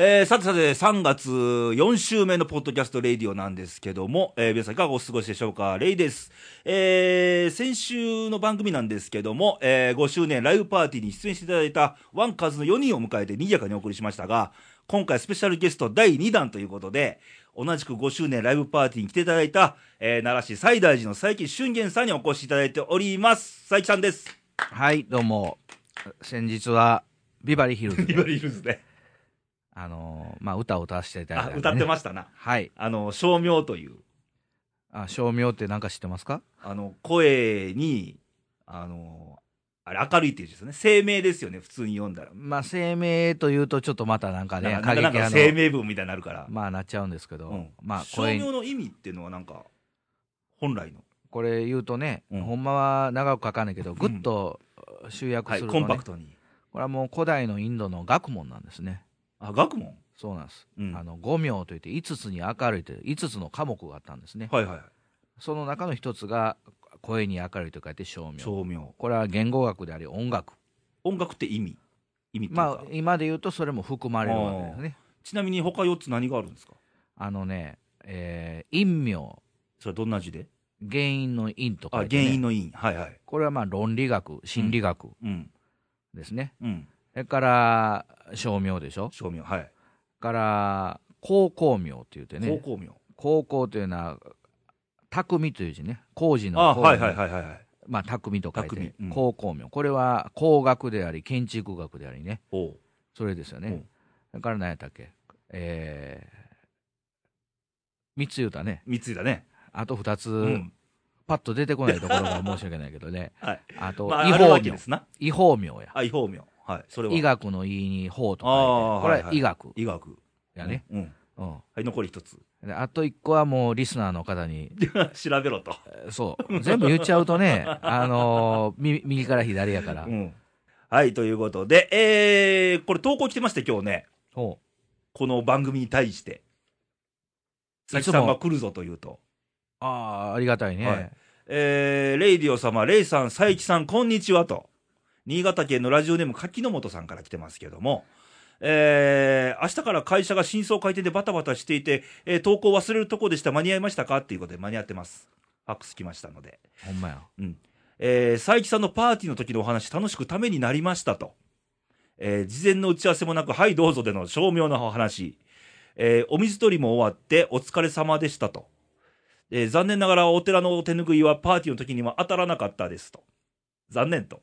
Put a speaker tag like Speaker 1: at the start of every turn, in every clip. Speaker 1: えーさてさて、3月4週目のポッドキャストレイディオなんですけども、えー皆さんいかがお過ごしでしょうかレイです。えー先週の番組なんですけども、えー5周年ライブパーティーに出演していただいたワンカズの4人を迎えて賑やかにお送りしましたが、今回スペシャルゲスト第2弾ということで、同じく5周年ライブパーティーに来ていただいた、えー奈良市西大寺の佐伯俊玄さんにお越しいただいております。佐伯さんです。
Speaker 2: はい、どうも。先日は、ビバリーヒルズ
Speaker 1: ビ
Speaker 2: で、
Speaker 1: バリーヒルズで。
Speaker 2: あのーまあ、歌を歌わせていただい
Speaker 1: あ
Speaker 2: た、、
Speaker 1: 歌って
Speaker 2: す。
Speaker 1: ましたな。
Speaker 2: はい。
Speaker 1: あの、照明という。
Speaker 2: あ、照明ってなんか知ってますか
Speaker 1: あの、声に、あの、あれ明るいっていう字ですよね。声明ですよね、普通に読んだら。
Speaker 2: まあ、声明というと、ちょっとまたなんかね、
Speaker 1: なんかなんか
Speaker 2: 過
Speaker 1: 声
Speaker 2: 激
Speaker 1: 明文みたいになるから。
Speaker 2: まあ、なっちゃうんですけど、
Speaker 1: うん
Speaker 2: まあ、こ
Speaker 1: 商
Speaker 2: れ、
Speaker 1: 業の意味っていうのはなんか、本来の。
Speaker 2: これ言うとね、
Speaker 1: うん
Speaker 2: ほんまは長く書かないけど、ぐっと集約
Speaker 1: はい、
Speaker 2: すると、
Speaker 1: コ
Speaker 2: ね
Speaker 1: ンパクトに。
Speaker 2: これはもう古代のインドの学問なんですね。
Speaker 1: あ、学問
Speaker 2: そうなんです。
Speaker 1: うん
Speaker 2: あの、五名といって、五つに明るいという、五つの科目があったんですね。
Speaker 1: はいはい。
Speaker 2: その中の一つが、声に明るいと書いて照明。
Speaker 1: 照明。
Speaker 2: これは言語学であり音楽
Speaker 1: 音楽って意味意味っていうか、
Speaker 2: まあ今で言うとそれも含まれるわけですね
Speaker 1: ちなみに他4つ何があるんですか
Speaker 2: あのね、えー、陰陽
Speaker 1: それどんな字で
Speaker 2: 原因の因と
Speaker 1: あ
Speaker 2: か、、
Speaker 1: 原因の因。はいはい。
Speaker 2: これはまあ論理学心理学
Speaker 1: うん。
Speaker 2: ですね、
Speaker 1: うん。
Speaker 2: それから照明でしょそ
Speaker 1: 照明。はい。
Speaker 2: れから高校明って言って
Speaker 1: 高
Speaker 2: ね
Speaker 1: 校名。
Speaker 2: 高校というのは匠という字ね工事の
Speaker 1: あ、
Speaker 2: 工
Speaker 1: はいはいはいはいはい。
Speaker 2: まあ匠と書い
Speaker 1: 匠
Speaker 2: て
Speaker 1: うん
Speaker 2: 高校明これは工学であり建築学でありね
Speaker 1: おう
Speaker 2: それですよね。だから何やったっけ、えー、3つ言うたね、
Speaker 1: 三つだね。
Speaker 2: あと2
Speaker 1: う
Speaker 2: つ、
Speaker 1: ん。、
Speaker 2: パッと出てこないところが申し訳ないけどね
Speaker 1: はい。
Speaker 2: あと、
Speaker 1: まあ、
Speaker 2: 違
Speaker 1: ある
Speaker 2: 法
Speaker 1: わけ
Speaker 2: 名
Speaker 1: で、すな。
Speaker 2: 違法名や、
Speaker 1: あ、違法名。はい。それは。
Speaker 2: 医学の医に法と
Speaker 1: あー
Speaker 2: かこれは医学
Speaker 1: 医学。
Speaker 2: やね。
Speaker 1: うん。うん
Speaker 2: うん
Speaker 1: はい、残り一つ。
Speaker 2: であと1個はもうリスナーの方に、
Speaker 1: 調べろと。
Speaker 2: えーそう、全部言っちゃう とね、あのーみ右から左やから
Speaker 1: う、ん。はい、ということで、えー、これ投稿来てまして、今日ね。
Speaker 2: ほう
Speaker 1: この番組に対して。
Speaker 2: いつも
Speaker 1: 佐々木さんが来るぞというと。
Speaker 2: ああ、ありがたいね。
Speaker 1: はいえー、レイディオ様、レイさん、佐伯さん、こんにちはと。新潟県のラジオネーム、柿の本さんから来てますけども。えー、明日から会社が新装開店でバタバタしていて、えー投稿忘れるとこでした。間に合いましたかっていうことで間に合ってます。ファックス来ましたので。
Speaker 2: ほんまや。
Speaker 1: えー、佐伯さんのパーティーの時のお話楽しくためになりましたと。えー事前の打ち合わせもなく、はいどうぞでの照明のお話。えーお水取りも終わってお疲れ様でしたと。えー残念ながらお寺の手拭いはパーティーの時には当たらなかったですと。残念と。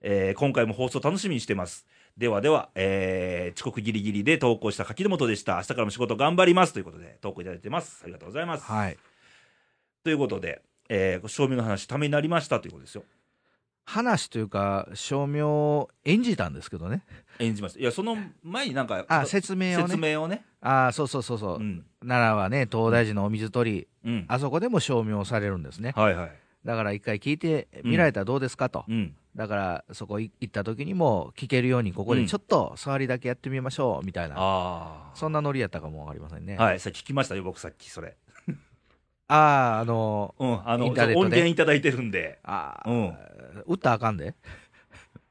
Speaker 1: えー今回も放送楽しみにしてます。ではでは、えー遅刻ギリギリで投稿した柿本でした。明日からも仕事頑張りますということで投稿いただいてます。ありがとうございます。
Speaker 2: はい。
Speaker 1: ということで、えー、照明の話ためになりましたということですよ。
Speaker 2: 話というか、照明を演じたんですけどね。
Speaker 1: 演じましたいやその前になんか
Speaker 2: あ、
Speaker 1: 説
Speaker 2: 説明
Speaker 1: 明
Speaker 2: を
Speaker 1: をね
Speaker 2: ね。ああ、そうそうそうそう。
Speaker 1: うん、
Speaker 2: 奈良はね、東大寺のお水取り、
Speaker 1: うん、
Speaker 2: あそこでも証明をされるんですね。
Speaker 1: はいはい
Speaker 2: だから一回聞いて見られたらどうですかと。
Speaker 1: うん
Speaker 2: だからそこ行った時にも聞けるように、ここ
Speaker 1: う
Speaker 2: で
Speaker 1: ん
Speaker 2: ちょっと触りだけやってみましょう、みたいな。
Speaker 1: あ
Speaker 2: そんなノリやったかもわかりませんね。あ
Speaker 1: はいさっき聞きましたよ僕さっきそれ
Speaker 2: あー、あの
Speaker 1: うんあの
Speaker 2: イ
Speaker 1: 音
Speaker 2: ンターネットで
Speaker 1: 源いただいてるんで
Speaker 2: ー、あ
Speaker 1: う
Speaker 2: あ、
Speaker 1: ん
Speaker 2: 打ったらあかん で。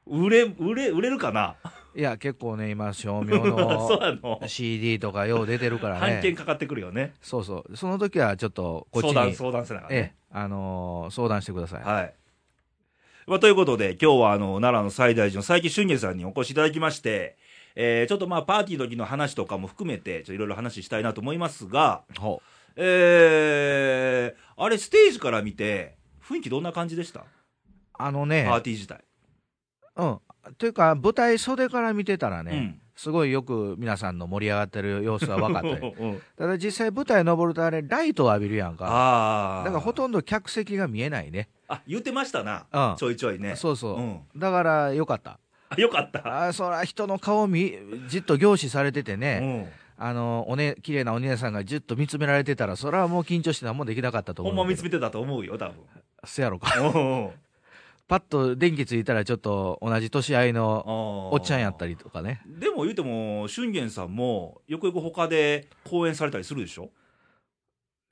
Speaker 1: 売れ売れ売れるかない
Speaker 2: や、結構ね、今、照明
Speaker 1: そう
Speaker 2: の
Speaker 1: なの、
Speaker 2: CD とかよう出てるから
Speaker 1: 判件
Speaker 2: ね。
Speaker 1: かかってくるよね
Speaker 2: そうそう。その時はちょっとこっち
Speaker 1: 相談
Speaker 2: に、
Speaker 1: 相談せながら、
Speaker 2: ええ
Speaker 1: ね、
Speaker 2: あのー相談してください。
Speaker 1: はいまあ、ということで、今日はあの奈良の最大寺の佐伯俊介さんにお越しいただきまして、えーちょっとまあパーティーの時の話とかも含めて、ちょっといろいろ話したいなと思いますが、
Speaker 2: ほう
Speaker 1: えー、あれ、ステージから見て、雰囲気どんな感じでした、
Speaker 2: あのね、
Speaker 1: パーティー自体。
Speaker 2: うん。というか、舞台袖から見てたらね、
Speaker 1: うん
Speaker 2: すごいよく皆さんの盛り上がってる様子は分かった よ。
Speaker 1: うんうん
Speaker 2: ただ実際舞台登るとあれ、ライトを浴びるやんか。
Speaker 1: あ
Speaker 2: だ
Speaker 1: あ。
Speaker 2: からほとんど客席が見えないね。
Speaker 1: あ、言ってましたな、
Speaker 2: うん
Speaker 1: ちょいちょいね。
Speaker 2: そうそう。
Speaker 1: うん
Speaker 2: だからよかった。
Speaker 1: あ、よかった。
Speaker 2: あーそら人の顔見、じっと凝視されてて
Speaker 1: う
Speaker 2: ね、
Speaker 1: ん。
Speaker 2: あの、おね、綺麗なお姉さんがじっと見つめられてたら、それはもう緊張して何もできなかったと
Speaker 1: ほ
Speaker 2: 思
Speaker 1: ん
Speaker 2: う
Speaker 1: ま見
Speaker 2: だけ
Speaker 1: つ
Speaker 2: ど。
Speaker 1: めてたと思うよ、 多分。
Speaker 2: せやろか。
Speaker 1: うんうん
Speaker 2: パッと電気ついたらちょっと同じ年合いのおっちゃんやった
Speaker 1: り。
Speaker 2: りとかね。
Speaker 1: でも言うても、俊元さんも、よくよく他で講演されたりするでしょ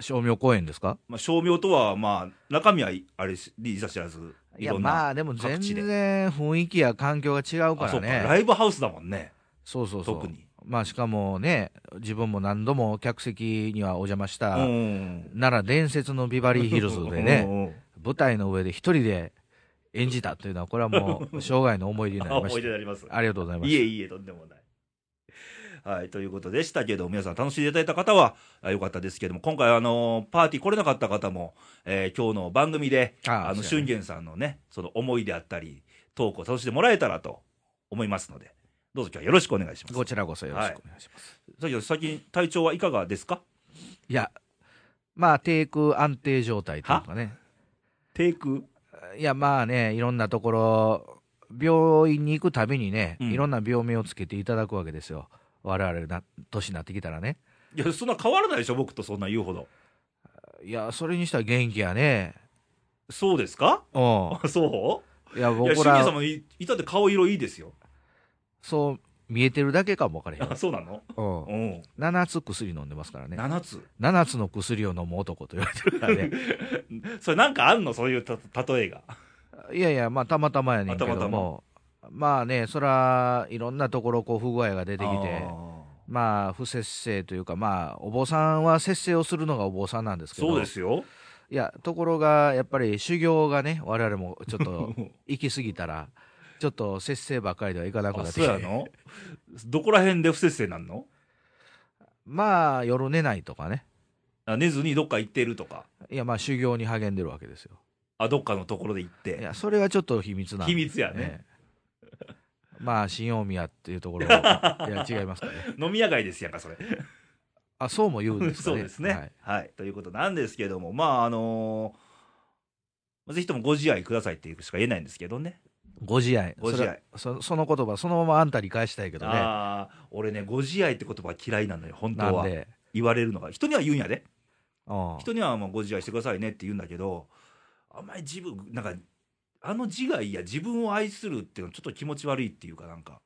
Speaker 2: 照明公演ですか
Speaker 1: まあ、商名とは、まあ、中身は、あれ、いざ知らず。
Speaker 2: い
Speaker 1: い
Speaker 2: や
Speaker 1: ろんな。
Speaker 2: まあでも全
Speaker 1: 各地で
Speaker 2: 然雰囲気や環境が違うか
Speaker 1: あ、そ
Speaker 2: ら
Speaker 1: うか。
Speaker 2: ね
Speaker 1: ライブハウスだもんね。
Speaker 2: そうそうそう
Speaker 1: 特に。
Speaker 2: まあ、しかもね、自分も何度も客席にはお邪魔した、
Speaker 1: うん。
Speaker 2: 奈良伝説のビバリーヒルズで ね、
Speaker 1: ね。
Speaker 2: 舞台の上で一人で演じたというのは、これはもう生涯の思い出になりま
Speaker 1: 思
Speaker 2: し
Speaker 1: い出
Speaker 2: た。
Speaker 1: になります。
Speaker 2: ありがとうございます。
Speaker 1: いえいえ、とんでもない。はい、ということでしたけど、皆さん楽しんでいただいた方は、あよかったですけども、今回、あのーパーティー来れなかった方も、えー今日の番組で、
Speaker 2: あ
Speaker 1: あの、
Speaker 2: そう
Speaker 1: 俊
Speaker 2: やね
Speaker 1: 玄さんのね、その思いであったり、トークを楽しんでもらえたらと思いますので、どうぞ今日はよろしくお願いします。
Speaker 2: こちらこそよろしくお願いします。
Speaker 1: さっき、最近、体調はいかがですか
Speaker 2: い、や、まあ、低空安定状態というかね。
Speaker 1: テイク
Speaker 2: いや、まあね、いろんなところ、病院に行くたびにね、
Speaker 1: うん
Speaker 2: いろんな病名をつけていただくわけですよ。我々な、年になってきたらね。
Speaker 1: いや、そんな変わらないでしょ、僕とそんな言うほど。
Speaker 2: いや、それにしたら元気 やね。
Speaker 1: そうです か
Speaker 2: う
Speaker 1: あそ
Speaker 2: ん。いや、
Speaker 1: ういや、
Speaker 2: 僕
Speaker 1: 俊玄さん
Speaker 2: ら、
Speaker 1: もいいたって顔色いいですよ。
Speaker 2: そう見えてるだけかもわからへん
Speaker 1: あ、。そうな の
Speaker 2: う。
Speaker 1: うんん。
Speaker 2: 7つ薬飲んでますからね。
Speaker 1: 7つ。
Speaker 2: 7つの薬を飲む男と言われてるか らね。
Speaker 1: それなんかあんのそういうた例えが。
Speaker 2: いやいや、まあ、たまたまやねんけ
Speaker 1: あた
Speaker 2: ど
Speaker 1: また
Speaker 2: も。まあね、そら、いろんなところ、こう、不具合が出てきて。
Speaker 1: あ
Speaker 2: まあ、不節制というか、まあ、お坊さんは節制をするのがお坊さんなんです
Speaker 1: ー
Speaker 2: けど、
Speaker 1: そうです よ。
Speaker 2: いや、ところが、やっぱり修行がね、我々もちょっ と行き過ぎたら、ちょっと節制ばっかりではいかなくな
Speaker 1: あ
Speaker 2: っ
Speaker 1: そ
Speaker 2: て
Speaker 1: うやのどこら辺で不節制なんの
Speaker 2: まあ、夜寝ないとかね、
Speaker 1: あ寝ずにどっか行ってるとか、
Speaker 2: いや、まあ、修行に励んでるわけですよ。
Speaker 1: あどっかのところで行っ
Speaker 2: い
Speaker 1: て、
Speaker 2: や、それはちょっと秘密なんで
Speaker 1: 秘密やね、
Speaker 2: ええまあ、新大宮っていう ところ、いや、違いますかね。
Speaker 1: 飲み屋街ですやんか、それ。
Speaker 2: あ、そうも言うんですか
Speaker 1: そ
Speaker 2: ね。
Speaker 1: うですね、
Speaker 2: は
Speaker 1: はいい。ということなんですけども、まあ、あのーぜひともご自愛くださいっていうしか言えないんですけどね。
Speaker 2: ご自愛。
Speaker 1: ご自愛
Speaker 2: それはそその言葉、そのままあんたに返したいけどね。
Speaker 1: ああ、俺ね、ご自愛って言葉嫌いなのよ、本
Speaker 2: な
Speaker 1: 当
Speaker 2: ん
Speaker 1: は。
Speaker 2: で。
Speaker 1: 言われるのが。人には言うんやで。
Speaker 2: うん
Speaker 1: 人にはもうご自愛してくださいねって言うんだけど、あんまり自分、なんか、あの自害や自分を愛するっていうのちょっと気持ち悪いっていうかなんか、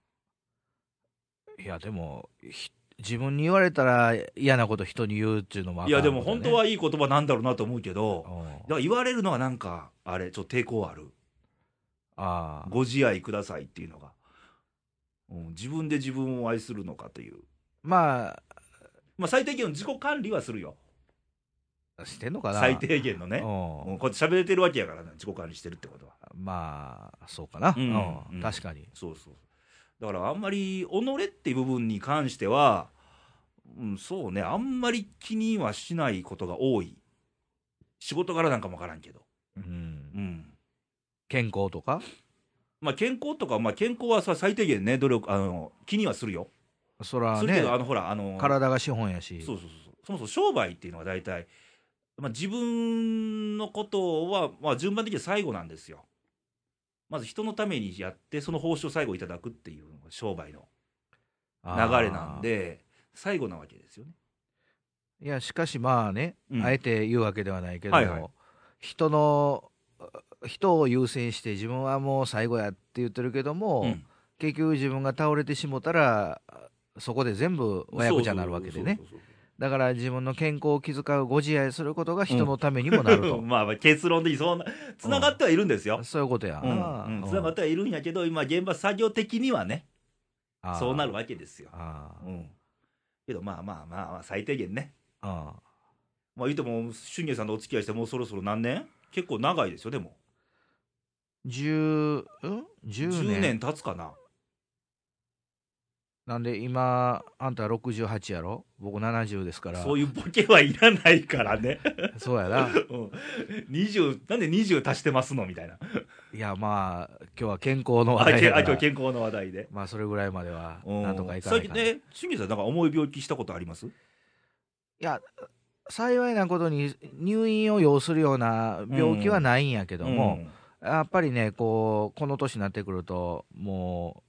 Speaker 2: いやでもひ自分に言われたら嫌なこと人に言うっていうのもあ
Speaker 1: い
Speaker 2: かん
Speaker 1: や
Speaker 2: こ
Speaker 1: で
Speaker 2: とね、
Speaker 1: も本当はいい言葉なんだろうなと思うけど、だ
Speaker 2: うん
Speaker 1: から言われるのはなんか、あれ、ちょっと抵抗ある。
Speaker 2: ああ
Speaker 1: ご自愛くださいっていうのが。うん、自分で自分を愛するのかという。
Speaker 2: ま
Speaker 1: まあ最低限の自己管理はするよ。
Speaker 2: あしてんのかな
Speaker 1: 最低限のね。
Speaker 2: う
Speaker 1: うんん、こうやって喋れてるわけやからな、自己管理してるってことは。
Speaker 2: まあそうかな、
Speaker 1: うん
Speaker 2: うん
Speaker 1: うん
Speaker 2: 確かに
Speaker 1: そうそう。だからあんまり、己っていう部分に関しては、うん、そうね、あんまり気にはしないことが多い。仕事柄なんかもわからんけど。
Speaker 2: うん
Speaker 1: うん。
Speaker 2: 健康とか
Speaker 1: まあ、健康とか、まあ、健康はさ最低限ね、努力、あの気にはするよ。
Speaker 2: そら
Speaker 1: するけ
Speaker 2: ね
Speaker 1: ど、あのほら、あの
Speaker 2: 体が資本やし
Speaker 1: そうそうそうそう、そもそも商売っていうのは大体、まあ、自分のことは、まあ、順番的には最後なんですよ。まず人のためにやって、その報酬を最後いただくっていうのが商売の
Speaker 2: ああ
Speaker 1: 流れなんで、最後なわけですよね。
Speaker 2: いやしかしまあね、
Speaker 1: うん
Speaker 2: あえて言うわけではないけど、
Speaker 1: はいはい
Speaker 2: 人の人を優先して自分はもう最後やって言ってるけども、
Speaker 1: うん
Speaker 2: 結局自分が倒れてしもたらそこで全部親子ちゃになるわけでね
Speaker 1: そうそうそうそう
Speaker 2: だから自分の健康を気遣うご自愛することが人のためにもなる と、
Speaker 1: まあまあ結論的にそうな、つながってはいるんですよ。
Speaker 2: そういうことや
Speaker 1: う
Speaker 2: な、
Speaker 1: んうん、つながってはいるんやけど、今、現場作業的にはね、
Speaker 2: あー
Speaker 1: そうなるわけですよ。
Speaker 2: あー
Speaker 1: うん。けどまあまあまあまあ、最低限ね。
Speaker 2: あ
Speaker 1: まあ言うても、俊介さんとお付き合いしてもうそろそろ何年結構長いですよ、でも。
Speaker 2: ー10ん10
Speaker 1: 10
Speaker 2: 年
Speaker 1: 年経つかな。
Speaker 2: なんで今あんた68やろ僕70ですから
Speaker 1: そういうボケはいらないからね。
Speaker 2: そうやな
Speaker 1: うん20、なんで20足してますのみたいな。
Speaker 2: いやまあ今日は健康の話
Speaker 1: あ、
Speaker 2: 題
Speaker 1: け
Speaker 2: だ
Speaker 1: あ
Speaker 2: か
Speaker 1: 今日
Speaker 2: ら
Speaker 1: 健康の話題で。
Speaker 2: まあそれぐらいまでは
Speaker 1: うん
Speaker 2: なんとかいかな
Speaker 1: 最
Speaker 2: い
Speaker 1: 近
Speaker 2: かな、
Speaker 1: ね、俊介さん、なんか重い病気したことあります
Speaker 2: いや幸いなことに入院を要するような病気はないんやけども、
Speaker 1: うん
Speaker 2: やっぱりね、こう、この年になってくると、も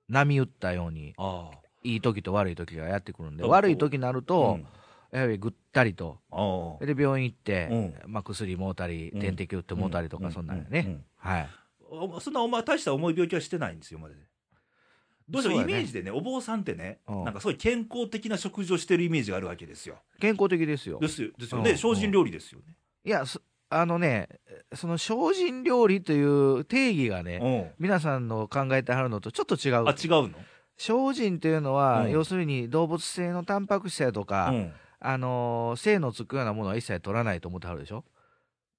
Speaker 2: う、波打ったように、
Speaker 1: ああ。
Speaker 2: いい時と悪い時がやってくるんで、
Speaker 1: そう
Speaker 2: 悪い時になると、
Speaker 1: ん
Speaker 2: やはりぐったりと、
Speaker 1: ああ。
Speaker 2: で、病院行って、
Speaker 1: うん
Speaker 2: まあ、薬もうたり
Speaker 1: う、ん
Speaker 2: 点滴打ってもうたりとか、そんなんやね、
Speaker 1: うう
Speaker 2: はい。
Speaker 1: おそんなお前大した重い病気はしてないんですよ、まだね。どうしても
Speaker 2: そう
Speaker 1: イ
Speaker 2: だね
Speaker 1: メージでね、お坊さんってね、
Speaker 2: うん
Speaker 1: なんかそういう健康的な食事をしてるイメージがあるわけですよ。
Speaker 2: 健康的ですよ
Speaker 1: で。すよですよ
Speaker 2: う
Speaker 1: ね、
Speaker 2: ん
Speaker 1: 精進料理ですよね。
Speaker 2: いや、すあのね、その精進料理という定義がね、
Speaker 1: うん
Speaker 2: 皆さんの考えてはるのとちょっと違う。
Speaker 1: あ違うの
Speaker 2: 精進というのは、
Speaker 1: うん
Speaker 2: 要するに動物性のタンパク質やとか、
Speaker 1: うん、
Speaker 2: あのー性のつくようなものは一切取らないと思ってはるでしょ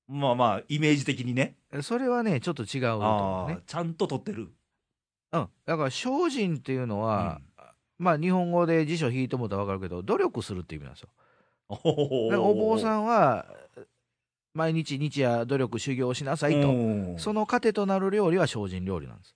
Speaker 1: まあまあ、イメージ的にね、
Speaker 2: それはねちょっと違うと思
Speaker 1: あ
Speaker 2: うね
Speaker 1: ー、ちゃんと取ってる、
Speaker 2: うん、だから精進っていうのは、まあ日本語で辞書引いてもらったら分かるけど努力するっていう意味なんですよ
Speaker 1: お
Speaker 2: だ からお坊
Speaker 1: ん
Speaker 2: さんは毎日日夜努力修行をしなさいと、
Speaker 1: うん
Speaker 2: その糧となる料理は精進料理なんです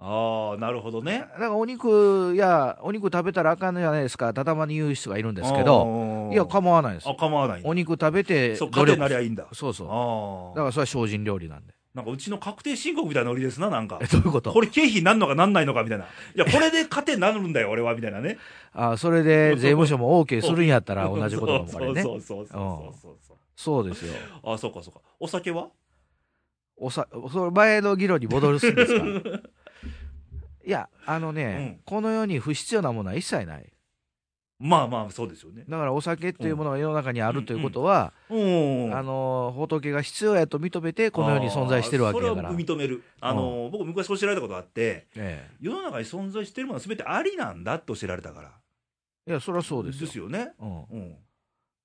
Speaker 1: ああ、なるほど
Speaker 2: だ
Speaker 1: ね。
Speaker 2: からお肉やお肉食べたらあかんじゃないですかたたまに言う人がいるんですけど
Speaker 1: ど
Speaker 2: いや構わないです
Speaker 1: あ構わないんだ
Speaker 2: お肉食べて
Speaker 1: そう、
Speaker 2: 努
Speaker 1: 糧にな
Speaker 2: 力
Speaker 1: りゃいいんだ。
Speaker 2: そうそう
Speaker 1: あ
Speaker 2: だか
Speaker 1: あ。
Speaker 2: らそれは精進料理なんで
Speaker 1: なんかうちの確定申告みたいなノリですな、なんか
Speaker 2: え。どういうこと
Speaker 1: これ経費なんのかなんないのかみたいな。いや、これで糧になるんだ よ、俺は、みたいなね。
Speaker 2: あそれで税務署も OK するんやったら同じことかもあれね
Speaker 1: そうそうそうそうそうそう
Speaker 2: そうですよ
Speaker 1: そう。あ、そうかそうか。お酒は
Speaker 2: おさそれ前の議論に戻るんですかいやあのね、この世に不必要なものは一切ない
Speaker 1: まあまあ、そうですよね。
Speaker 2: だからお酒っていうものが世の中にあるということは、
Speaker 1: うん。
Speaker 2: あの仏が必要やと認めてこの世に存在してるわけやから
Speaker 1: あーそれは認める。あのー、僕昔教えられたことあって、
Speaker 2: え
Speaker 1: 世の中に存在してるものは全てありなんだって教えられたから。
Speaker 2: え、いやそれはそうですよ
Speaker 1: ですよね。
Speaker 2: うん、
Speaker 1: うん。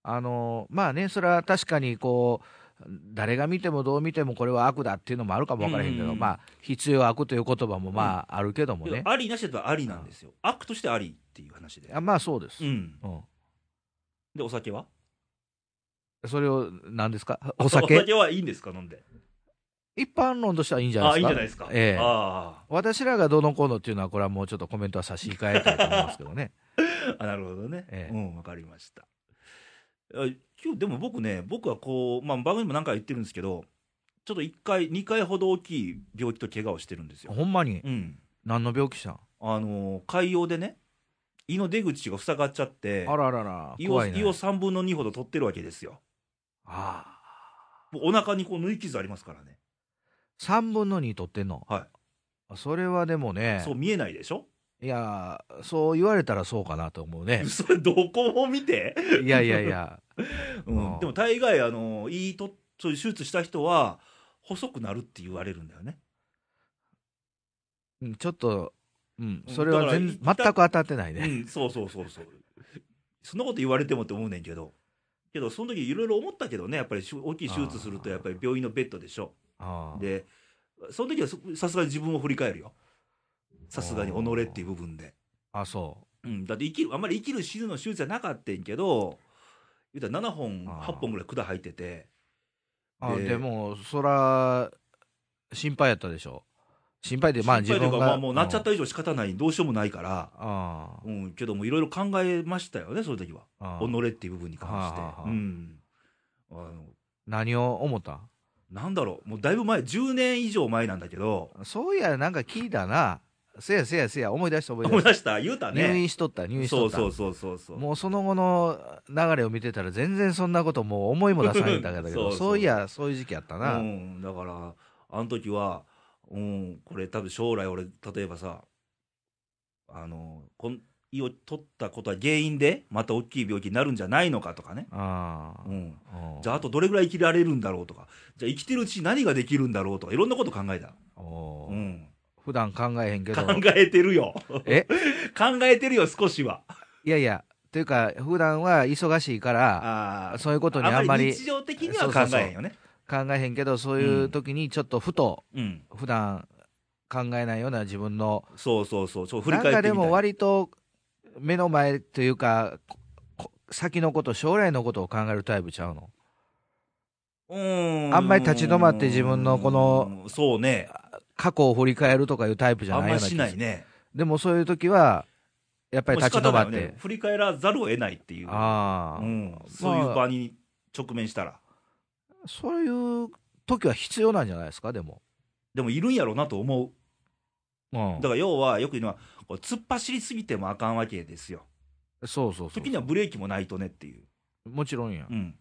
Speaker 2: あのまあねそれは確かにこう誰が見てもどう見てもこれは悪だっていうのもあるかも分からへんけ
Speaker 1: う
Speaker 2: ど、
Speaker 1: ん
Speaker 2: まあ必要悪という言葉もまああるけども
Speaker 1: けど
Speaker 2: ね、
Speaker 1: ありなしだとありなんですよ。悪としてありっていう話で。
Speaker 2: あまあそうです、
Speaker 1: うん。
Speaker 2: うん
Speaker 1: で、お酒は
Speaker 2: それを何ですかお
Speaker 1: お
Speaker 2: 酒
Speaker 1: 酒はいいんですか飲んで。
Speaker 2: 一般論としてはいいんじゃない
Speaker 1: あ
Speaker 2: で
Speaker 1: いいん
Speaker 2: す
Speaker 1: じ
Speaker 2: か
Speaker 1: ゃないですか。
Speaker 2: ええ
Speaker 1: あ
Speaker 2: 私らがどうのこうのっていうのはこれはもうちょっとコメントは差し控えたいと思いますけどね
Speaker 1: ー あ、なるほどね。
Speaker 2: ええ
Speaker 1: うん、わかりました。あ今日、でも僕ね、僕はこう、まあ、番組でも何回言ってるんですけど、ちょっと1回、2回ほど大きい病気と怪我をしてるんですよ。
Speaker 2: ほんまに
Speaker 1: うん。
Speaker 2: 何の病気したん
Speaker 1: あのー、海洋でね、胃の出口が塞がっちゃって、
Speaker 2: あららら
Speaker 1: 胃を
Speaker 2: 怖い
Speaker 1: 胃
Speaker 2: ね
Speaker 1: を3分の2ほど取ってるわけですよ。
Speaker 2: ああ
Speaker 1: もうお腹にこう縫い傷ありますからね。
Speaker 2: 3分の2取ってんの
Speaker 1: はい
Speaker 2: それはでもね
Speaker 1: そう見えないでしょ
Speaker 2: いやそう言われたらそうかなと思うね
Speaker 1: それどこを見て、
Speaker 2: いやいやいや
Speaker 1: うん
Speaker 2: うん
Speaker 1: でも大概あのいいとそういう手術した人は細くなるって言われるんだよね
Speaker 2: うんちょっと、うん、
Speaker 1: うん
Speaker 2: それは全全く当たってないうね。
Speaker 1: んそうそうそうそうそんなこと言われてもって思うねんけどけどその時いろいろ思ったけどねやっぱりし大きい手術するとやっぱり病院のベッドでしょ
Speaker 2: あー
Speaker 1: でその時はそさすがに自分を振り返るよさすがに己っていう部分で、
Speaker 2: あ、そ
Speaker 1: うん、だって生きるあんまり生きる死ぬの手術じゃなかったんけど言うたら7本
Speaker 2: あ
Speaker 1: 8
Speaker 2: ー
Speaker 1: 本ぐらい管入ってて
Speaker 2: う。あ
Speaker 1: で
Speaker 2: でも、そら、心配やったでしょ。心配で、まあ自
Speaker 1: 心配という
Speaker 2: 分
Speaker 1: か
Speaker 2: が。
Speaker 1: まあもうなっちゃった以上仕方ない、どうしようもないから、
Speaker 2: あー
Speaker 1: うん、けどもいろいろ考えましたよね、その時は。
Speaker 2: あ
Speaker 1: 己
Speaker 2: ー。
Speaker 1: っていう部分に関して
Speaker 2: はあはあは。あ
Speaker 1: うん。あの、
Speaker 2: 何を思った
Speaker 1: なんだろう、もうだいぶ前、10年以上前なんだけど、
Speaker 2: そういや、なんか聞いたな。せやせやせや、思い出した思い
Speaker 1: 思
Speaker 2: 出
Speaker 1: い
Speaker 2: した。
Speaker 1: 出した言うた
Speaker 2: 入
Speaker 1: ね。
Speaker 2: 院しとった、入院し
Speaker 1: そ
Speaker 2: と
Speaker 1: う
Speaker 2: った。
Speaker 1: そうそうそうそう。
Speaker 2: もうその後の流れを見てたら全然そんなこともう思いも出さないんだけ ど
Speaker 1: そうそう
Speaker 2: そういやそういう時期やったな、
Speaker 1: うん、だから、あの時は、うん、これ多分将来俺、例えばさ、あの、こん胃を取ったことは原因で、また大きい病気になるんじゃないのかとかね。
Speaker 2: ああ
Speaker 1: うん。
Speaker 2: うん
Speaker 1: じゃあ、あとどれぐらい生きられるんだろうとか、じゃあ、生きてるうちに何ができるんだろうとか、いろんなこと考えた。
Speaker 2: おー
Speaker 1: うん、
Speaker 2: 普段考えへんけ
Speaker 1: 考
Speaker 2: ど
Speaker 1: えてるよ。
Speaker 2: え
Speaker 1: 考えてるよ、少しは。
Speaker 2: いやいや、というか、普段は忙しいから、
Speaker 1: あー
Speaker 2: そういうことにあんまり
Speaker 1: 日常的には考えへんよね。
Speaker 2: 考えへんけど、そういう時にちょっとふと、
Speaker 1: うん。
Speaker 2: 普段考えないような自分の、
Speaker 1: そうそうそう、そう振り
Speaker 2: なん
Speaker 1: 返って
Speaker 2: か
Speaker 1: みた
Speaker 2: で
Speaker 1: い
Speaker 2: も割と目の前というか、ここ先のこと、将来のことを考えるタイプちゃうの。
Speaker 1: うー
Speaker 2: あんまり立ち止まって自分のこの、
Speaker 1: そうね、
Speaker 2: 過去を振り返るとかいうタイプじゃ
Speaker 1: あ
Speaker 2: なんいよ
Speaker 1: ま
Speaker 2: うな
Speaker 1: し
Speaker 2: 気
Speaker 1: な
Speaker 2: が
Speaker 1: い
Speaker 2: する。
Speaker 1: ね。
Speaker 2: でもそういう時は、やっぱり立ち止まっ
Speaker 1: もう仕方ないよ
Speaker 2: て
Speaker 1: ね。。振り返らざるを得ないっていう、
Speaker 2: ああ、
Speaker 1: うん、そういう場に直面したら。
Speaker 2: そういう時は必要なんじゃないですか、でも。
Speaker 1: でもいるんやろうなと思う。
Speaker 2: うん
Speaker 1: だから要は、よく言うのは、こう突っ走りすぎてもあかんわけですよ。
Speaker 2: そうそうそう
Speaker 1: 時に。はブレーキもないとねっていう。
Speaker 2: もちろんや。
Speaker 1: うん。
Speaker 2: うん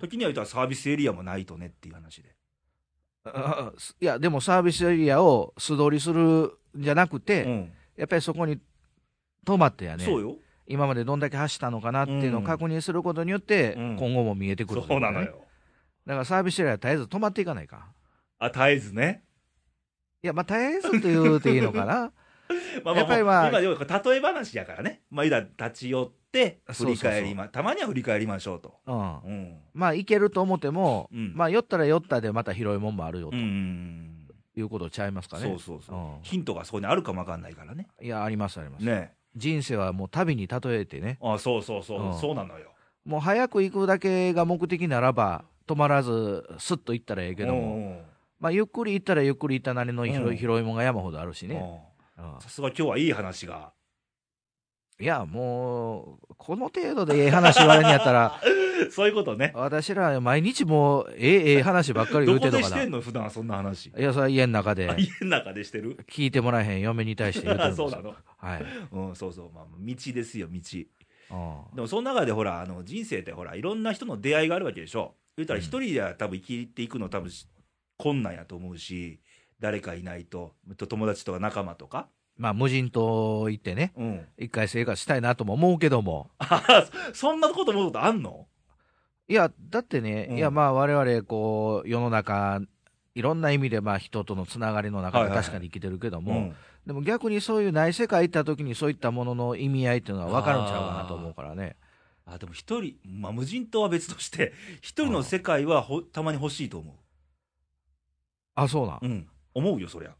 Speaker 1: 時には言うたらサービスエリアもないとねっていう話で。
Speaker 2: あすいや、でもサービスエリアを素通りするんじゃなくて、
Speaker 1: うん。
Speaker 2: やっぱりそこに止まってやね、
Speaker 1: そうよ。
Speaker 2: 今までどんだけ走ったのかなっていうのを確認することによって、
Speaker 1: うん
Speaker 2: 今後も見えてくる、
Speaker 1: そうなの。よ。
Speaker 2: だからサービスエリアは絶えず止まっていかないか。
Speaker 1: あ、絶えずね。
Speaker 2: いや、まあ、絶えずと言うていいのかな。
Speaker 1: まあ
Speaker 2: やっぱりまあ
Speaker 1: もう今、要は例え話やからね。まあ、いだ立ち寄って、振り返りま、たまには振り返りましょうと。
Speaker 2: うん、
Speaker 1: うん。
Speaker 2: まあ、いけると思っても、
Speaker 1: うん
Speaker 2: まあ、酔ったら酔ったでまた広いもんもあるよ
Speaker 1: う
Speaker 2: と
Speaker 1: ん。
Speaker 2: いうことちゃいますかね。
Speaker 1: そうそうそう。
Speaker 2: うん
Speaker 1: ヒントがそこにあるかもわかんないからね。
Speaker 2: いや、あります、あります。
Speaker 1: ね
Speaker 2: 人生はもう旅に例えてね、
Speaker 1: あそうそうそう、
Speaker 2: うん
Speaker 1: そうなのよ。
Speaker 2: もう早く行くだけが目的ならば、止まらず、すっと行ったらええけども、
Speaker 1: うんうん
Speaker 2: まあ、ゆっくり行ったらゆっくり行ったなりの
Speaker 1: う
Speaker 2: 広
Speaker 1: ん
Speaker 2: い,、広いもんが山ほどあるし
Speaker 1: う
Speaker 2: ね。
Speaker 1: ん
Speaker 2: うん
Speaker 1: さすが今日はいい話が。
Speaker 2: いや、もう、この程度でええ話言われんやっ たら、
Speaker 1: そういうことね。
Speaker 2: 私ら毎日もう、ええ、ええ話ばっかり言
Speaker 1: どこ
Speaker 2: うてる
Speaker 1: で
Speaker 2: の
Speaker 1: し
Speaker 2: か
Speaker 1: て
Speaker 2: な。い
Speaker 1: んの普段そんな話。
Speaker 2: や、それは家の中で
Speaker 1: あ、家の中でしてる
Speaker 2: 聞いてもらえへん嫁に対して言うてるんです
Speaker 1: そ
Speaker 2: よ
Speaker 1: うなの。
Speaker 2: はい。
Speaker 1: うん、そうそう。まあ、道ですよ、道。
Speaker 2: うん
Speaker 1: でもその中でほらあの人生ってほらいろんな人の出会いがあるわけでしょ言うたら
Speaker 2: うん
Speaker 1: 一人では多分生きていくの多分し困難やと思うし誰かいないと友達とか仲間とか
Speaker 2: まあ、無人島行ってね、
Speaker 1: うん
Speaker 2: 一回生活したいなとも思うけども、
Speaker 1: そんなこと思うことあんの
Speaker 2: いや、だってね、
Speaker 1: うん
Speaker 2: いや、まあ、我々こう、世の中、いろんな意味で、まあ、人とのつながりの中
Speaker 1: はい
Speaker 2: で
Speaker 1: はいはい
Speaker 2: 確かに生きてるけども、
Speaker 1: ん
Speaker 2: でも逆にそういうない世界行った時に、そういったものの意味合いっていうのは分かるんちゃうかなと思うからね。
Speaker 1: あでも一人、まあ、無人島は別として一人の世界はほたまに欲しいと思
Speaker 2: あ、そうなん。
Speaker 1: ううん思うよそりゃ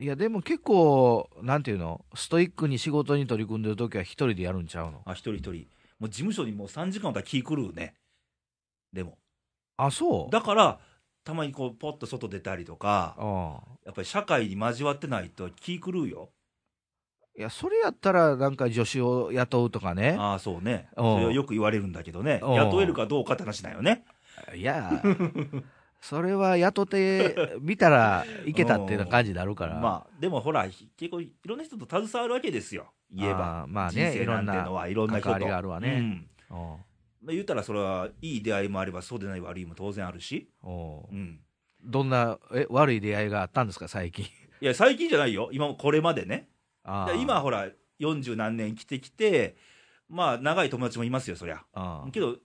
Speaker 2: いや、でも結構、なんていうの、ストイックに仕事に取り組んでる時は一人でやるんちゃうの。
Speaker 1: あ一人一人もう事務所にもう3時間おったら気狂うねでも
Speaker 2: あ、そう
Speaker 1: だからたまにこうポッと外出たりとか
Speaker 2: ああ
Speaker 1: やっぱり社会に交わってないと気狂うよ。
Speaker 2: いや、それやったら、なんか助手を雇うとかね。
Speaker 1: ああ、そうね。
Speaker 2: うん
Speaker 1: それはよく言われるんだけどね。
Speaker 2: うん
Speaker 1: 雇えるかどうかって話だよね。
Speaker 2: いや、それは雇ってみたらいけたっていうような感じになるから。
Speaker 1: まあ、でもほら、ひ結構いろんな人と携わるわけですよ。言えば。
Speaker 2: あーまあね
Speaker 1: 人生なんてのはいろんな人と。
Speaker 2: 関わりがあるわね
Speaker 1: うん
Speaker 2: お
Speaker 1: まあ言ったらそれはいい出会いもあればそうでない悪いも当然あるし、
Speaker 2: うお
Speaker 1: う、
Speaker 2: うんどんなえ悪い出会いがあったんですか、最近。
Speaker 1: いや最近じゃないよ今もこれまでね
Speaker 2: あー
Speaker 1: 今ほら40何年生きてきてまあ長い友達もいますよそりゃ
Speaker 2: あー
Speaker 1: けど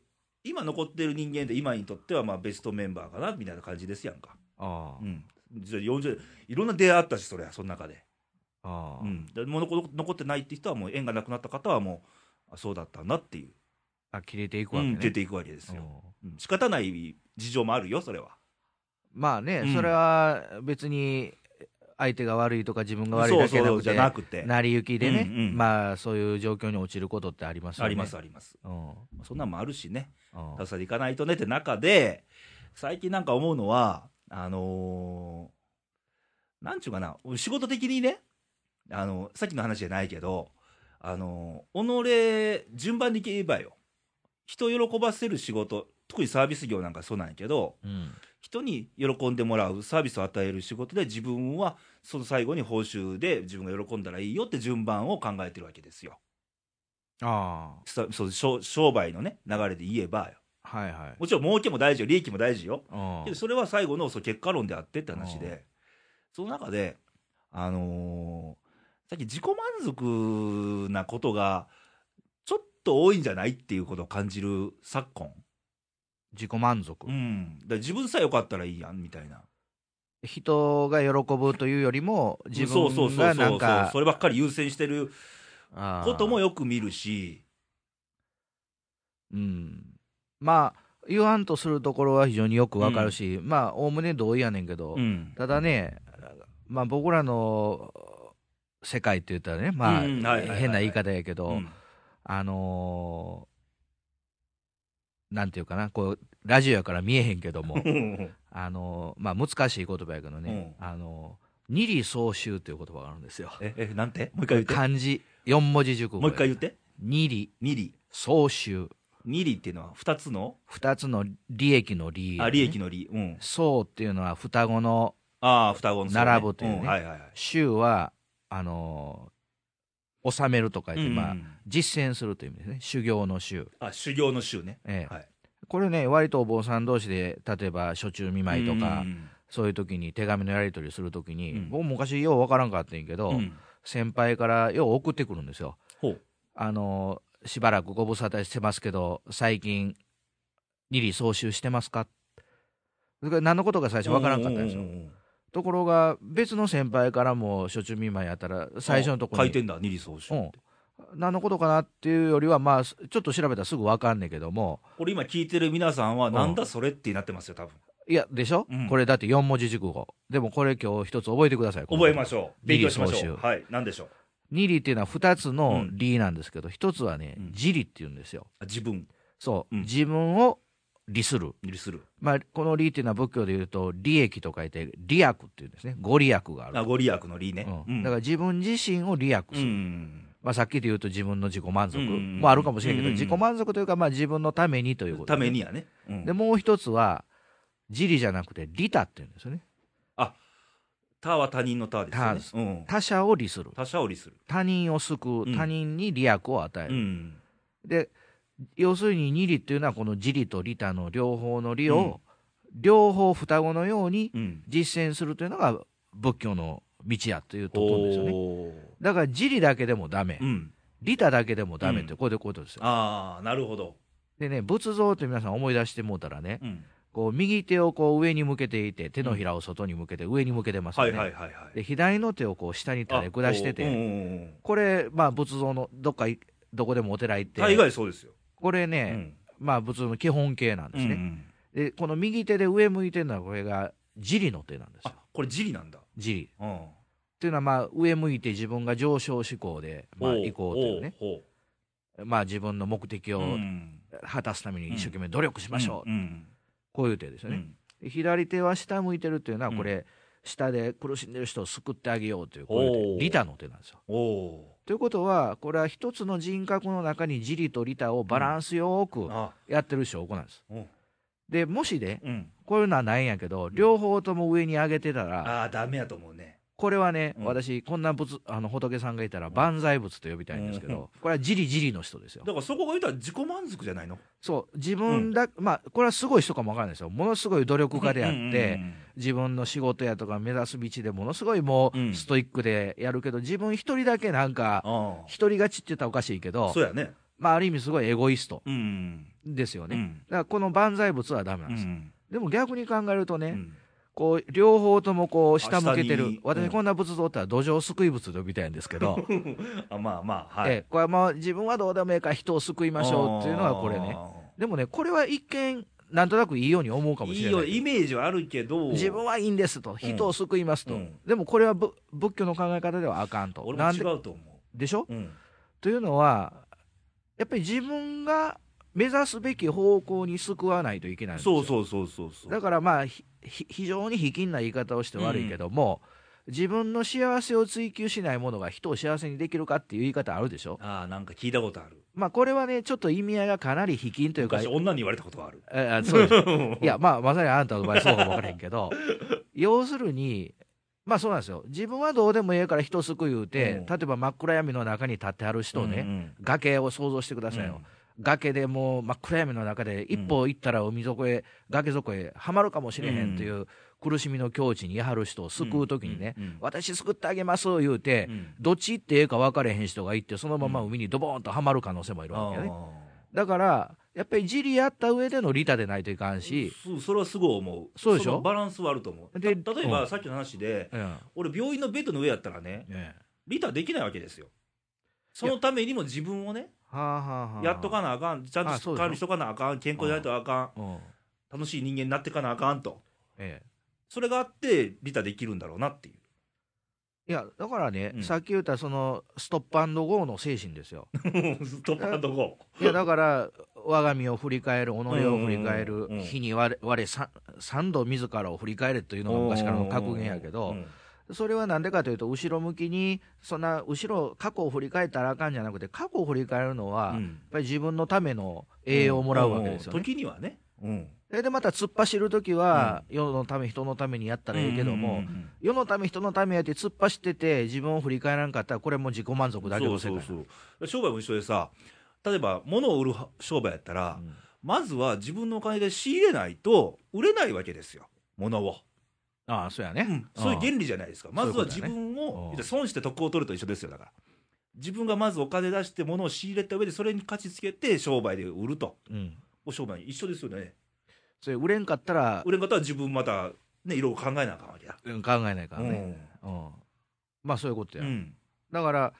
Speaker 1: 今残ってる人間で今にとってはまあベストメンバーかなみたいな感じですやんか、
Speaker 2: あー
Speaker 1: うん、実は40いろんな出会いあったしそれはその中で,、
Speaker 2: あー
Speaker 1: うん、でもう残残ってないって人はもう縁がなくなった方はもうあそうだったんだっていう、
Speaker 2: あ切れていく
Speaker 1: う
Speaker 2: わけ
Speaker 1: ん、出
Speaker 2: ね。
Speaker 1: ていくわけですよ、
Speaker 2: おう
Speaker 1: うん、仕方ない事情もあるよそれは
Speaker 2: まあね、
Speaker 1: うん
Speaker 2: それは別に相手が悪いとか自分が悪い
Speaker 1: そ
Speaker 2: だ
Speaker 1: う
Speaker 2: けな
Speaker 1: そう
Speaker 2: く
Speaker 1: じゃ
Speaker 2: て、
Speaker 1: なくて
Speaker 2: 成り行きでね、
Speaker 1: うんうん
Speaker 2: まあそういう状況に陥ることってありますよね。
Speaker 1: ありますあります
Speaker 2: うん。
Speaker 1: そんなんもあるしね
Speaker 2: うん
Speaker 1: 助かりいかないとねって中で最近なんか思うのはあのーなんちゅうかな仕事的にねあのさっきの話じゃないけどあのー己順番にいけばよ人喜ばせる仕事特にサービス業なんかそうなんやけど
Speaker 2: うん
Speaker 1: 人に喜んでもらうサービスを与える仕事で自分はその最後に報酬で自分が喜んだらいいよって順番を考えてるわけですよ
Speaker 2: あ
Speaker 1: さそう商商売のね流れで言えばよ
Speaker 2: あ、はいはい。
Speaker 1: もちろん儲けも大事よ利益も大事よ
Speaker 2: うん
Speaker 1: けどそれは最後のそう結果論であってって話で、その中で、あのーさっき自己満足なことがちょっと多いんじゃないっていうことを感じる昨今、
Speaker 2: 自己満足、
Speaker 1: うん、だから自分さえ良かったらいいやんみたいな、
Speaker 2: 人が喜ぶというよりも、自
Speaker 1: そうそう
Speaker 2: 分
Speaker 1: そう
Speaker 2: が
Speaker 1: そ
Speaker 2: な
Speaker 1: うんそう
Speaker 2: か、
Speaker 1: そればっかり優先してる
Speaker 2: あー
Speaker 1: こともよく見るし、
Speaker 2: うん、まあ言わんとするところは非常によくわかるし、まあおおむね同意やねんけど、
Speaker 1: うん
Speaker 2: ただね、まあ、僕らの世界って言ったらね、まあ
Speaker 1: うんはいはいはいはい
Speaker 2: 変な言い方やけど、
Speaker 1: うん
Speaker 2: あのーなんていうかなこうラジオやから見えへんけど もあのーまあ、難しい言葉やけどね、あのー二里総集という言葉があるんですよ
Speaker 1: ええなんてもう一回言って
Speaker 2: 漢字四文字熟語
Speaker 1: もう一回言って
Speaker 2: 二里
Speaker 1: 二里
Speaker 2: 総集
Speaker 1: 二里っていうのは二つの、
Speaker 2: 二つの利益の利益、
Speaker 1: あ利益の利うん
Speaker 2: そうっていうのは双子の
Speaker 1: ああ双子のそうね
Speaker 2: 並ぶというね
Speaker 1: んはいはいはい
Speaker 2: 衆はあのー収めると書いて、
Speaker 1: うんうん
Speaker 2: まあ、実践するという意味ですね修行の衆、
Speaker 1: あ修行の週ね、
Speaker 2: ええ
Speaker 1: はい、
Speaker 2: これね割とお坊さん同士で例えば初中見舞いとか、
Speaker 1: うん
Speaker 2: そういう時に手紙のやり取りする時に、
Speaker 1: うん
Speaker 2: 僕昔ようわからんかったんやけど、
Speaker 1: うんうん
Speaker 2: 先輩からよう送ってくるんですよ。
Speaker 1: ほう
Speaker 2: あのーしばらくご無沙汰してますけど最近二里総集してますかそれから何のことか最初わからんかったんですよ。
Speaker 1: うんうんうん
Speaker 2: ところが別の先輩からも初中見舞いやったら最初のところ
Speaker 1: 回
Speaker 2: に
Speaker 1: 転だ、二里総集。
Speaker 2: うん何のことかなっていうよりはまあすちょっと調べたらすぐ分かんねんけども
Speaker 1: これ今聞いてる皆さんは、
Speaker 2: ん
Speaker 1: なんだそれってなってますよ、多分。
Speaker 2: いやでしょ、
Speaker 1: うん
Speaker 2: これだって4文字熟語でもこれ今日一つ覚えてください
Speaker 1: 覚えま
Speaker 2: ょ
Speaker 1: しょう。勉
Speaker 2: 二里
Speaker 1: 強しましょう。
Speaker 2: 総集
Speaker 1: はい。なんでしょう。
Speaker 2: う二里っていうのは2つの
Speaker 1: うん
Speaker 2: 理なんですけど一つはね
Speaker 1: うん
Speaker 2: 自利っていうんですよ
Speaker 1: あ自分
Speaker 2: そう、
Speaker 1: うん
Speaker 2: 自分を利する
Speaker 1: にする。
Speaker 2: まあこの利っていうのは仏教でいうと利益と書いて利益っていうんですねご利益がある
Speaker 1: あ、ご利益の利ね。
Speaker 2: う、
Speaker 1: うんん
Speaker 2: だから自分自身を利益す
Speaker 1: う
Speaker 2: る、
Speaker 1: ん。
Speaker 2: まあ、さっきで言うと自分の自己満足
Speaker 1: うんうんうん
Speaker 2: もあるかもしれんけど、
Speaker 1: うんうんうん
Speaker 2: 自己満足というか、まあ、自分のためにというこ
Speaker 1: た
Speaker 2: とね、
Speaker 1: めにやね。うん
Speaker 2: でもう一つは自利じゃなくて利他って言うんですよね
Speaker 1: 他は他人の他です
Speaker 2: 他
Speaker 1: よ
Speaker 2: で
Speaker 1: ね
Speaker 2: す。
Speaker 1: うん。
Speaker 2: 他者を利する
Speaker 1: 他者を利する。
Speaker 2: 他人を救
Speaker 1: う
Speaker 2: うん他人に利益を与え
Speaker 1: う
Speaker 2: る、
Speaker 1: ん。
Speaker 2: で要するに二利っていうのはこの自利と利他の両方の利を、
Speaker 1: うん
Speaker 2: 両方双子のように
Speaker 1: うん。
Speaker 2: 実践するというのが仏教の道やというと思うんですよね
Speaker 1: おー
Speaker 2: だから自利だけでもダメ
Speaker 1: うん。
Speaker 2: 利他だけでもダメって
Speaker 1: うん
Speaker 2: こういうことですよ、
Speaker 1: ああ、なるほど。
Speaker 2: でね仏像って皆さん思い出してもうたらね
Speaker 1: うん。
Speaker 2: こう右手をこう上に向けていて手のひらを外に向けて上に向けてますよ
Speaker 1: は
Speaker 2: ね、
Speaker 1: いはいはいはい。
Speaker 2: で左の手をこう下に垂れ下してて、
Speaker 1: あおーうんうんうん
Speaker 2: これ、まあ、仏像のどっかいどこでもお寺行って、
Speaker 1: 大概そうですよ。
Speaker 2: これ
Speaker 1: う
Speaker 2: ね、
Speaker 1: ん。
Speaker 2: まあ、仏像の基本形なんです
Speaker 1: うん
Speaker 2: ね、
Speaker 1: うん
Speaker 2: でこの右手で上向いてるのはこれが自利の手なんですよ
Speaker 1: あ、これ、自利なんだ。
Speaker 2: 自利っ
Speaker 1: うん。
Speaker 2: ていうのは、まあ、上向いて自分が上昇志向で、まあ、
Speaker 1: おー
Speaker 2: 行こうというね、
Speaker 1: おーおー
Speaker 2: まあ、自分の目的を
Speaker 1: うん
Speaker 2: 果たすために一生懸命努力しましょう、
Speaker 1: うん
Speaker 2: こういう手です
Speaker 1: う
Speaker 2: よ
Speaker 1: ん
Speaker 2: ね、で左手は下向いてるっていうのは
Speaker 1: うん
Speaker 2: これ、下で苦しんでる人を救ってあげようというこういう
Speaker 1: おー
Speaker 2: 手利他の手なんですよ
Speaker 1: おお
Speaker 2: ということは、これは一つの人格の中に自利と利他をバランスよ
Speaker 1: ー
Speaker 2: く
Speaker 1: あ
Speaker 2: やってる証拠なんです。
Speaker 1: うん
Speaker 2: で、もしね、
Speaker 1: うん
Speaker 2: こういうのはないんやけど、両方とも上に上げてたら、
Speaker 1: ああダメやと思うね
Speaker 2: これはね、
Speaker 1: うん
Speaker 2: 私、こんな仏あの仏さんがいたら、
Speaker 1: ん
Speaker 2: 万歳仏と呼びたいんですけ
Speaker 1: うん
Speaker 2: ど、これは自利自利の人ですよ
Speaker 1: だ。からそこが言ったら自己満足じゃないの
Speaker 2: そう、自分だ、まあ、これはすごい人かもわからないですよ。ものすごい努力家であっ
Speaker 1: うんうんうん
Speaker 2: て、自分の仕事やとか目指す道でものすごいも
Speaker 1: う
Speaker 2: うんストイックでやるけど、自分一人だけなんか、
Speaker 1: あ
Speaker 2: 一人勝ちって言ったらおかしいけ
Speaker 1: あ
Speaker 2: ど、
Speaker 1: そうやね
Speaker 2: まあ、ある意味すごいエゴイスト
Speaker 1: うん
Speaker 2: ですよね、
Speaker 1: う
Speaker 2: だか
Speaker 1: ん
Speaker 2: らこの万歳仏はダメな
Speaker 1: うん
Speaker 2: です、
Speaker 1: ん
Speaker 2: でも逆に考えるとね、
Speaker 1: うん
Speaker 2: こう両方ともこう下向けて
Speaker 1: あ下
Speaker 2: る
Speaker 1: に
Speaker 2: 私
Speaker 1: うん
Speaker 2: こんな仏像ってのは土壌救い仏と呼びたいんですけど、
Speaker 1: あまあまあはい
Speaker 2: ええこれはまあ自分はどうでもいいから人を救いましょうっていうのはこれね
Speaker 1: あ
Speaker 2: でもねこれは一見なんとなくいいように思うか
Speaker 1: ー
Speaker 2: も
Speaker 1: い
Speaker 2: し
Speaker 1: い
Speaker 2: れな
Speaker 1: よ
Speaker 2: い
Speaker 1: イメージはあるけど
Speaker 2: 自分はいいんですと人を救いますと、
Speaker 1: うん
Speaker 2: でもこれはぶ仏教の考え方ではあかんと
Speaker 1: 俺も
Speaker 2: なん
Speaker 1: 違
Speaker 2: で
Speaker 1: うと思
Speaker 2: でしょ
Speaker 1: ううん
Speaker 2: というのはやっぱり自分が目指すべき方向に救わないといけないんですよ
Speaker 1: そうそうそうそうそう
Speaker 2: だからまあひひ非常に卑近な言い方をして悪いけども、自分の幸せを追求しないものが人を幸せにできるかっていう言い方あるでしょ、
Speaker 1: ああなんか聞いたことある
Speaker 2: まあ、これはねちょっと意味合いがかなり卑近というか
Speaker 1: 昔女に言われたことがある
Speaker 2: え あそうですいやまあまさにあんたの場合そうかも分からへんけど要するにまあそうなんですよ自分はどうでもええから人を救う言うて、
Speaker 1: うん
Speaker 2: 例えば真っ暗闇の中に立ってはる人をね、
Speaker 1: ね
Speaker 2: 崖を想像してくださいよ、崖でもう真っ暗闇の中で一歩行ったら海底へ、崖底へはまるかもしれへんという苦しみの境地にやはる人を救うときにね、
Speaker 1: うんうんうん
Speaker 2: 私救ってあげます言うて、
Speaker 1: うん
Speaker 2: どっち行ってええか分かれへん人が行ってそのまま海にドボーンとはまる可能性もいるわけね、だからやっぱり自利やった上での利他でないといかんし、
Speaker 1: そうそれはすごい思う
Speaker 2: そうでしょ
Speaker 1: のバランスはあると思う
Speaker 2: で
Speaker 1: た例えば、さっきの話で
Speaker 2: うん
Speaker 1: 俺病院のベッドの上やったらね
Speaker 2: ええ
Speaker 1: リタできないわけですよそのためにも自分をね
Speaker 2: はあはあはあ
Speaker 1: やっとかなあかんちゃん
Speaker 2: あそ
Speaker 1: と
Speaker 2: うでしょ
Speaker 1: 管理しとかなあかん健康でないとあか
Speaker 2: うん
Speaker 1: ん楽しい人間になってかなあかんと
Speaker 2: ええ
Speaker 1: それがあってリタできるんだろうなっていう
Speaker 2: いやだからね、
Speaker 1: うん
Speaker 2: さっき言ったそのストップアンドゴーの精神ですよ
Speaker 1: ストップアンドゴ
Speaker 2: いやだから我が身を振り返る己を振り返
Speaker 1: うん
Speaker 2: る
Speaker 1: うんうんうん
Speaker 2: 日に我我さ三度自らを振り返れという
Speaker 1: ー
Speaker 2: のが昔からの格言やけ
Speaker 1: う
Speaker 2: ど
Speaker 1: ん
Speaker 2: それはなんでかというと後ろ向きにそんな後ろ過去を振り返ったらあかんじゃなくて過去を振り返るのは
Speaker 1: う
Speaker 2: やっ
Speaker 1: ん
Speaker 2: ぱり自分のための栄養をもらうわけですよ
Speaker 1: うん
Speaker 2: ね。
Speaker 1: 時にはねうん
Speaker 2: ででまた突っ走る時は世のため人のためにやったらいいけど
Speaker 1: うんう
Speaker 2: も
Speaker 1: んうん
Speaker 2: 世のため人のためやって突っ走ってて自分を振り返らんかったらこれも自己満足だけの世界
Speaker 1: そうそうそう商売も一緒でさ例えば物を売る商売やったら、
Speaker 2: うん
Speaker 1: まずは自分のお金で仕入れないと売れないわけですよ物を、
Speaker 2: ああそうやね、
Speaker 1: そういう原理じゃないですかまずは
Speaker 2: そうい
Speaker 1: 自
Speaker 2: うことだね
Speaker 1: 分を、
Speaker 2: うん
Speaker 1: 損して得を取ると一緒ですよだから自分がまずお金出して物を仕入れた上でそれに価値つけて商売で売ると
Speaker 2: うん、
Speaker 1: お商売一緒ですよね
Speaker 2: それ売れんかったら
Speaker 1: 売れん方は自分またねいろいろ考えなあかんわけや。
Speaker 2: うん考えないからね、うんまあそういうこと
Speaker 1: う
Speaker 2: や、
Speaker 1: ん。
Speaker 2: だから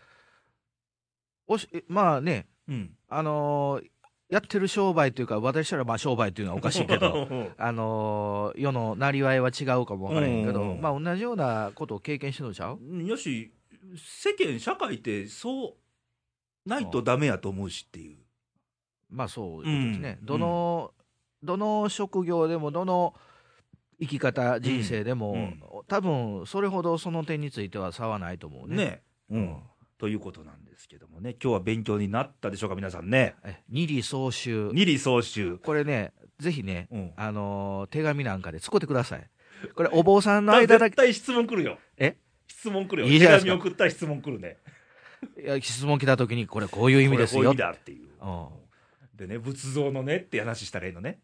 Speaker 2: おしえまあね
Speaker 1: うん。
Speaker 2: あのーやってる商売というか私らはまあ商売というのはお
Speaker 1: お
Speaker 2: かしいけ どあのー世のなりわいは違うかもわからへんけど、
Speaker 1: うん
Speaker 2: まあ同じようなことを経験してるのちゃう
Speaker 1: うんよし、世間、社会ってそうないとダメやと思うしっていう。
Speaker 2: まあそういうことですね、
Speaker 1: うん
Speaker 2: どの、どの職業でもどの生き方人生でも、
Speaker 1: うん
Speaker 2: 多分それほどその点については差はないと思うね
Speaker 1: ね。うん。ということなんですけどもね、今日は勉強になったでしょうか、皆さんね。
Speaker 2: え二里総集
Speaker 1: 二里総集。
Speaker 2: これねぜひね、
Speaker 1: うん
Speaker 2: あのー手紙なんかで使ってくださいこれお坊さんの
Speaker 1: だ
Speaker 2: 間だ
Speaker 1: 絶
Speaker 2: け
Speaker 1: 対質問来るよ。
Speaker 2: え
Speaker 1: 質問来るよ。
Speaker 2: いいじ
Speaker 1: 手
Speaker 2: ゃないです
Speaker 1: 紙
Speaker 2: か
Speaker 1: 送ったら質問来るね。
Speaker 2: いや質問来た時にこれこういう意味です
Speaker 1: これこうい
Speaker 2: よ
Speaker 1: う意味だっていう。
Speaker 2: うん
Speaker 1: でね、仏像のねって話したらいいのね。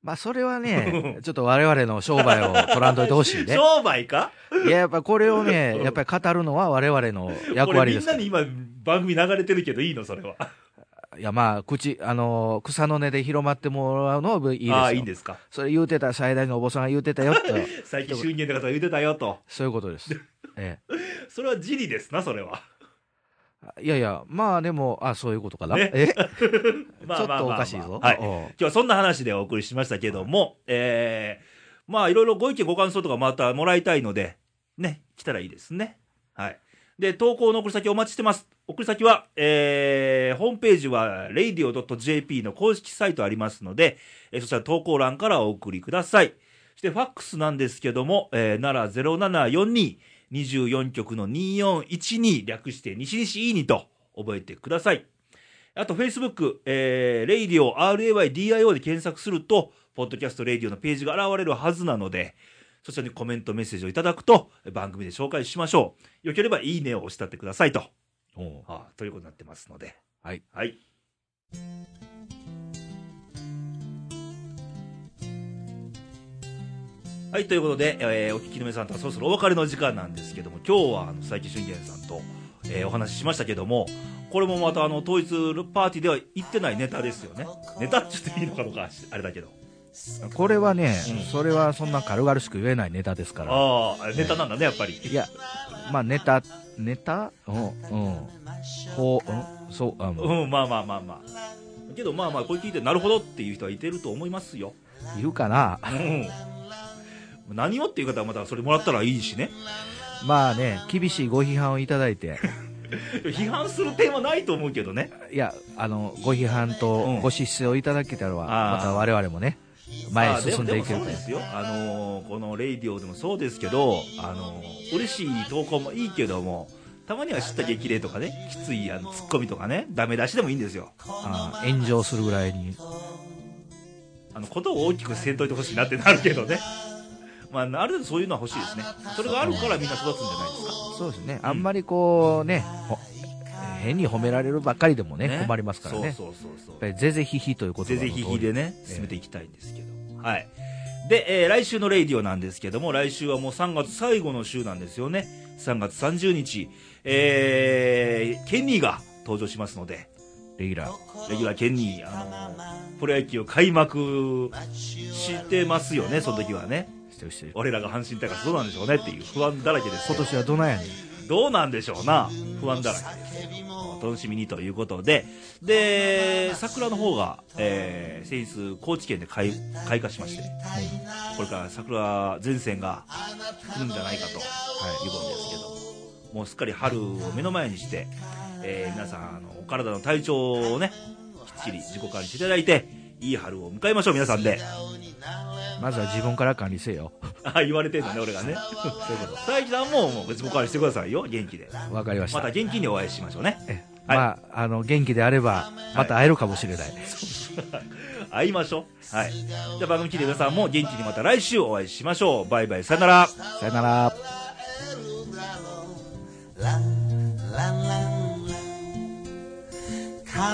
Speaker 2: まあそれはねちょっと我々の商売を取らんといてほし いね
Speaker 1: 商売か
Speaker 2: いややっぱこれをね
Speaker 1: うん
Speaker 2: やっぱり語るのは我々の役
Speaker 1: これ
Speaker 2: 割
Speaker 1: み
Speaker 2: で
Speaker 1: ん
Speaker 2: す
Speaker 1: な
Speaker 2: から
Speaker 1: に
Speaker 2: い
Speaker 1: 今番組流れてるけどいいのそれは。
Speaker 2: やまあ口あのー草の根で広まってもらうのはいいですよ
Speaker 1: ああ、いいんですか。
Speaker 2: それ言うてた最大のお坊さんが言うてたよって
Speaker 1: 最近祝言の方が言ってたよと。
Speaker 2: そういうことです、え
Speaker 1: それは地理ですな、それは。
Speaker 2: え、いやいやまあでもあそういうことかな、
Speaker 1: ね
Speaker 2: え
Speaker 1: まあ
Speaker 2: ちょ
Speaker 1: まあ
Speaker 2: っ
Speaker 1: まあ
Speaker 2: と
Speaker 1: ま
Speaker 2: お
Speaker 1: あ
Speaker 2: かしいぞ。
Speaker 1: はい。今
Speaker 2: おう
Speaker 1: 日はそんな話でお送りしましたけども、えー、まあいろいろご意見ご感想とかまたもらいたいので、ね、来たらいいですね。はい。で、投稿の送り先お待ちしてます。送り先は、えー、ホームページは radio.jp の公式サイトありますので、えーそちら投稿欄からお送りください。そしてファックスなんですけども、えー、なら0742、24局の2412、略して西西いいにと覚えてください。あと、Facebook、えー、radio, raydio で検索すると、ポッドキャストレディオのページが現れるはずなので、そちらにコメント、メッセージをいただくと、番組で紹介しましょう。よければ、いいねを押したってくださいと。
Speaker 2: おう
Speaker 1: はあ、ということになってますので。
Speaker 2: はい。
Speaker 1: はい。はい、ということで、えーお聞きの皆さんとはそろそろお別れの時間なんですけども、今日はあの佐伯俊玄さんと、えーお話ししましたけども、これもまたあの統一パーティーでは言ってないネタですよね。ネタって言っていいのかどうかあれだけど。
Speaker 2: これはね、
Speaker 1: うん
Speaker 2: それはそんな軽々しく言えないネタですから。
Speaker 1: ああ、ネタなんだね、やっぱり。
Speaker 2: いや、まあネタ、ネタうん、うん。こう、うん、そう、あの、
Speaker 1: うん、まあまあまあまあ。けどまあまあ、これ聞いてなるほどっていう人はいてると思いますよ。
Speaker 2: いるかな。
Speaker 1: うん何をっていう方はまたそれもらったらいいしね
Speaker 2: まあね、厳しいご批判をいただいて、
Speaker 1: 批判する点はないと思うけどね
Speaker 2: いや、あの、ご批判
Speaker 1: うん
Speaker 2: とご失声をいただけたら、
Speaker 1: あー
Speaker 2: また我々もね、前へ進んでいける
Speaker 1: ああでもでもそう
Speaker 2: と
Speaker 1: で。すよあのーこの「レイディオ」でもそうですけどあのー嬉しい投稿もいいけどもたまには知った激励とかねきついあのツッコミとかねダメ出しでもいいんですよ
Speaker 2: あー炎上するぐらいに。
Speaker 1: あのことを大きくせんといてほしいなってなるけど ねまあある程度そういうのは欲しいですねそれがあるからみんな育つんじゃないですか
Speaker 2: そうですね。あんまりこうね、ほ変に褒められるばっかりでもね、困りますからね。
Speaker 1: そうそうそうそう
Speaker 2: やっぱりぜぜひひということ
Speaker 1: ぜ
Speaker 2: の通
Speaker 1: ぜ
Speaker 2: り
Speaker 1: ひひでね、
Speaker 2: ええ
Speaker 1: 進めていきたいんですけど。はい。で、えー来週のレイディオなんですけども、来週はもう3月最後の週なんですよね。3月30日、えーケンニーが登場しますので、
Speaker 2: レギュラー
Speaker 1: レギュラーケンニー、あのープロ野球開幕してますよね、その時はね。
Speaker 2: してるしてる
Speaker 1: 俺らが阪神タイガースどうなんでしょうねっていう不安だらけですけ
Speaker 2: 今
Speaker 1: ど。
Speaker 2: 年はどないやねん
Speaker 1: どうなんでしょうな不安だらけですけども楽しみにということでで桜の方が、えー、先日高知県で開開花しまして、これから桜前線が来るんじゃないかと、い、うことですけどももうすっかり春を目の前にして、えー皆さんあのお体の体調をねきっちり自己管理していただいていい春を迎えましょう皆さんで
Speaker 2: まずは自分から管理せよ
Speaker 1: あ言われてるのね俺がね 佐伯さんももう自己管理してくださいよ元気で
Speaker 2: わかりました
Speaker 1: また元気にお会いしましょうね
Speaker 2: え
Speaker 1: はい
Speaker 2: まああの元気であればまた会えるかもしれない、
Speaker 1: 会いましょう。はい。じゃあ番組聞いてる皆さんも元気にまた来週お会いしましょう。バイバイ、さよなら。
Speaker 2: さよなら
Speaker 3: ランランランラン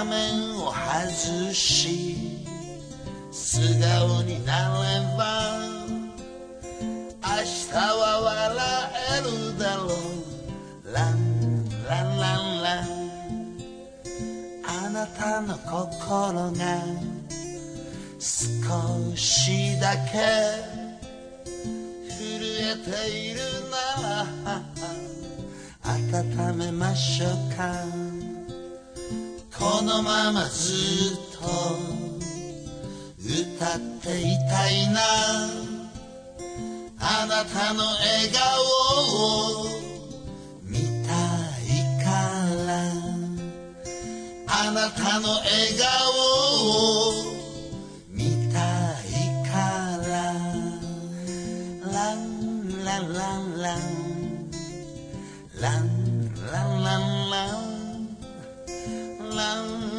Speaker 3: 仮面を外し素顔になれば明日は笑えるだろうランランランランあなたの心が少しだけ震えげているなら温めましょうかこのままずっと歌っていたいなあなたの笑顔を見たいからあなたの笑顔を見たいからランランランランランランランランランラン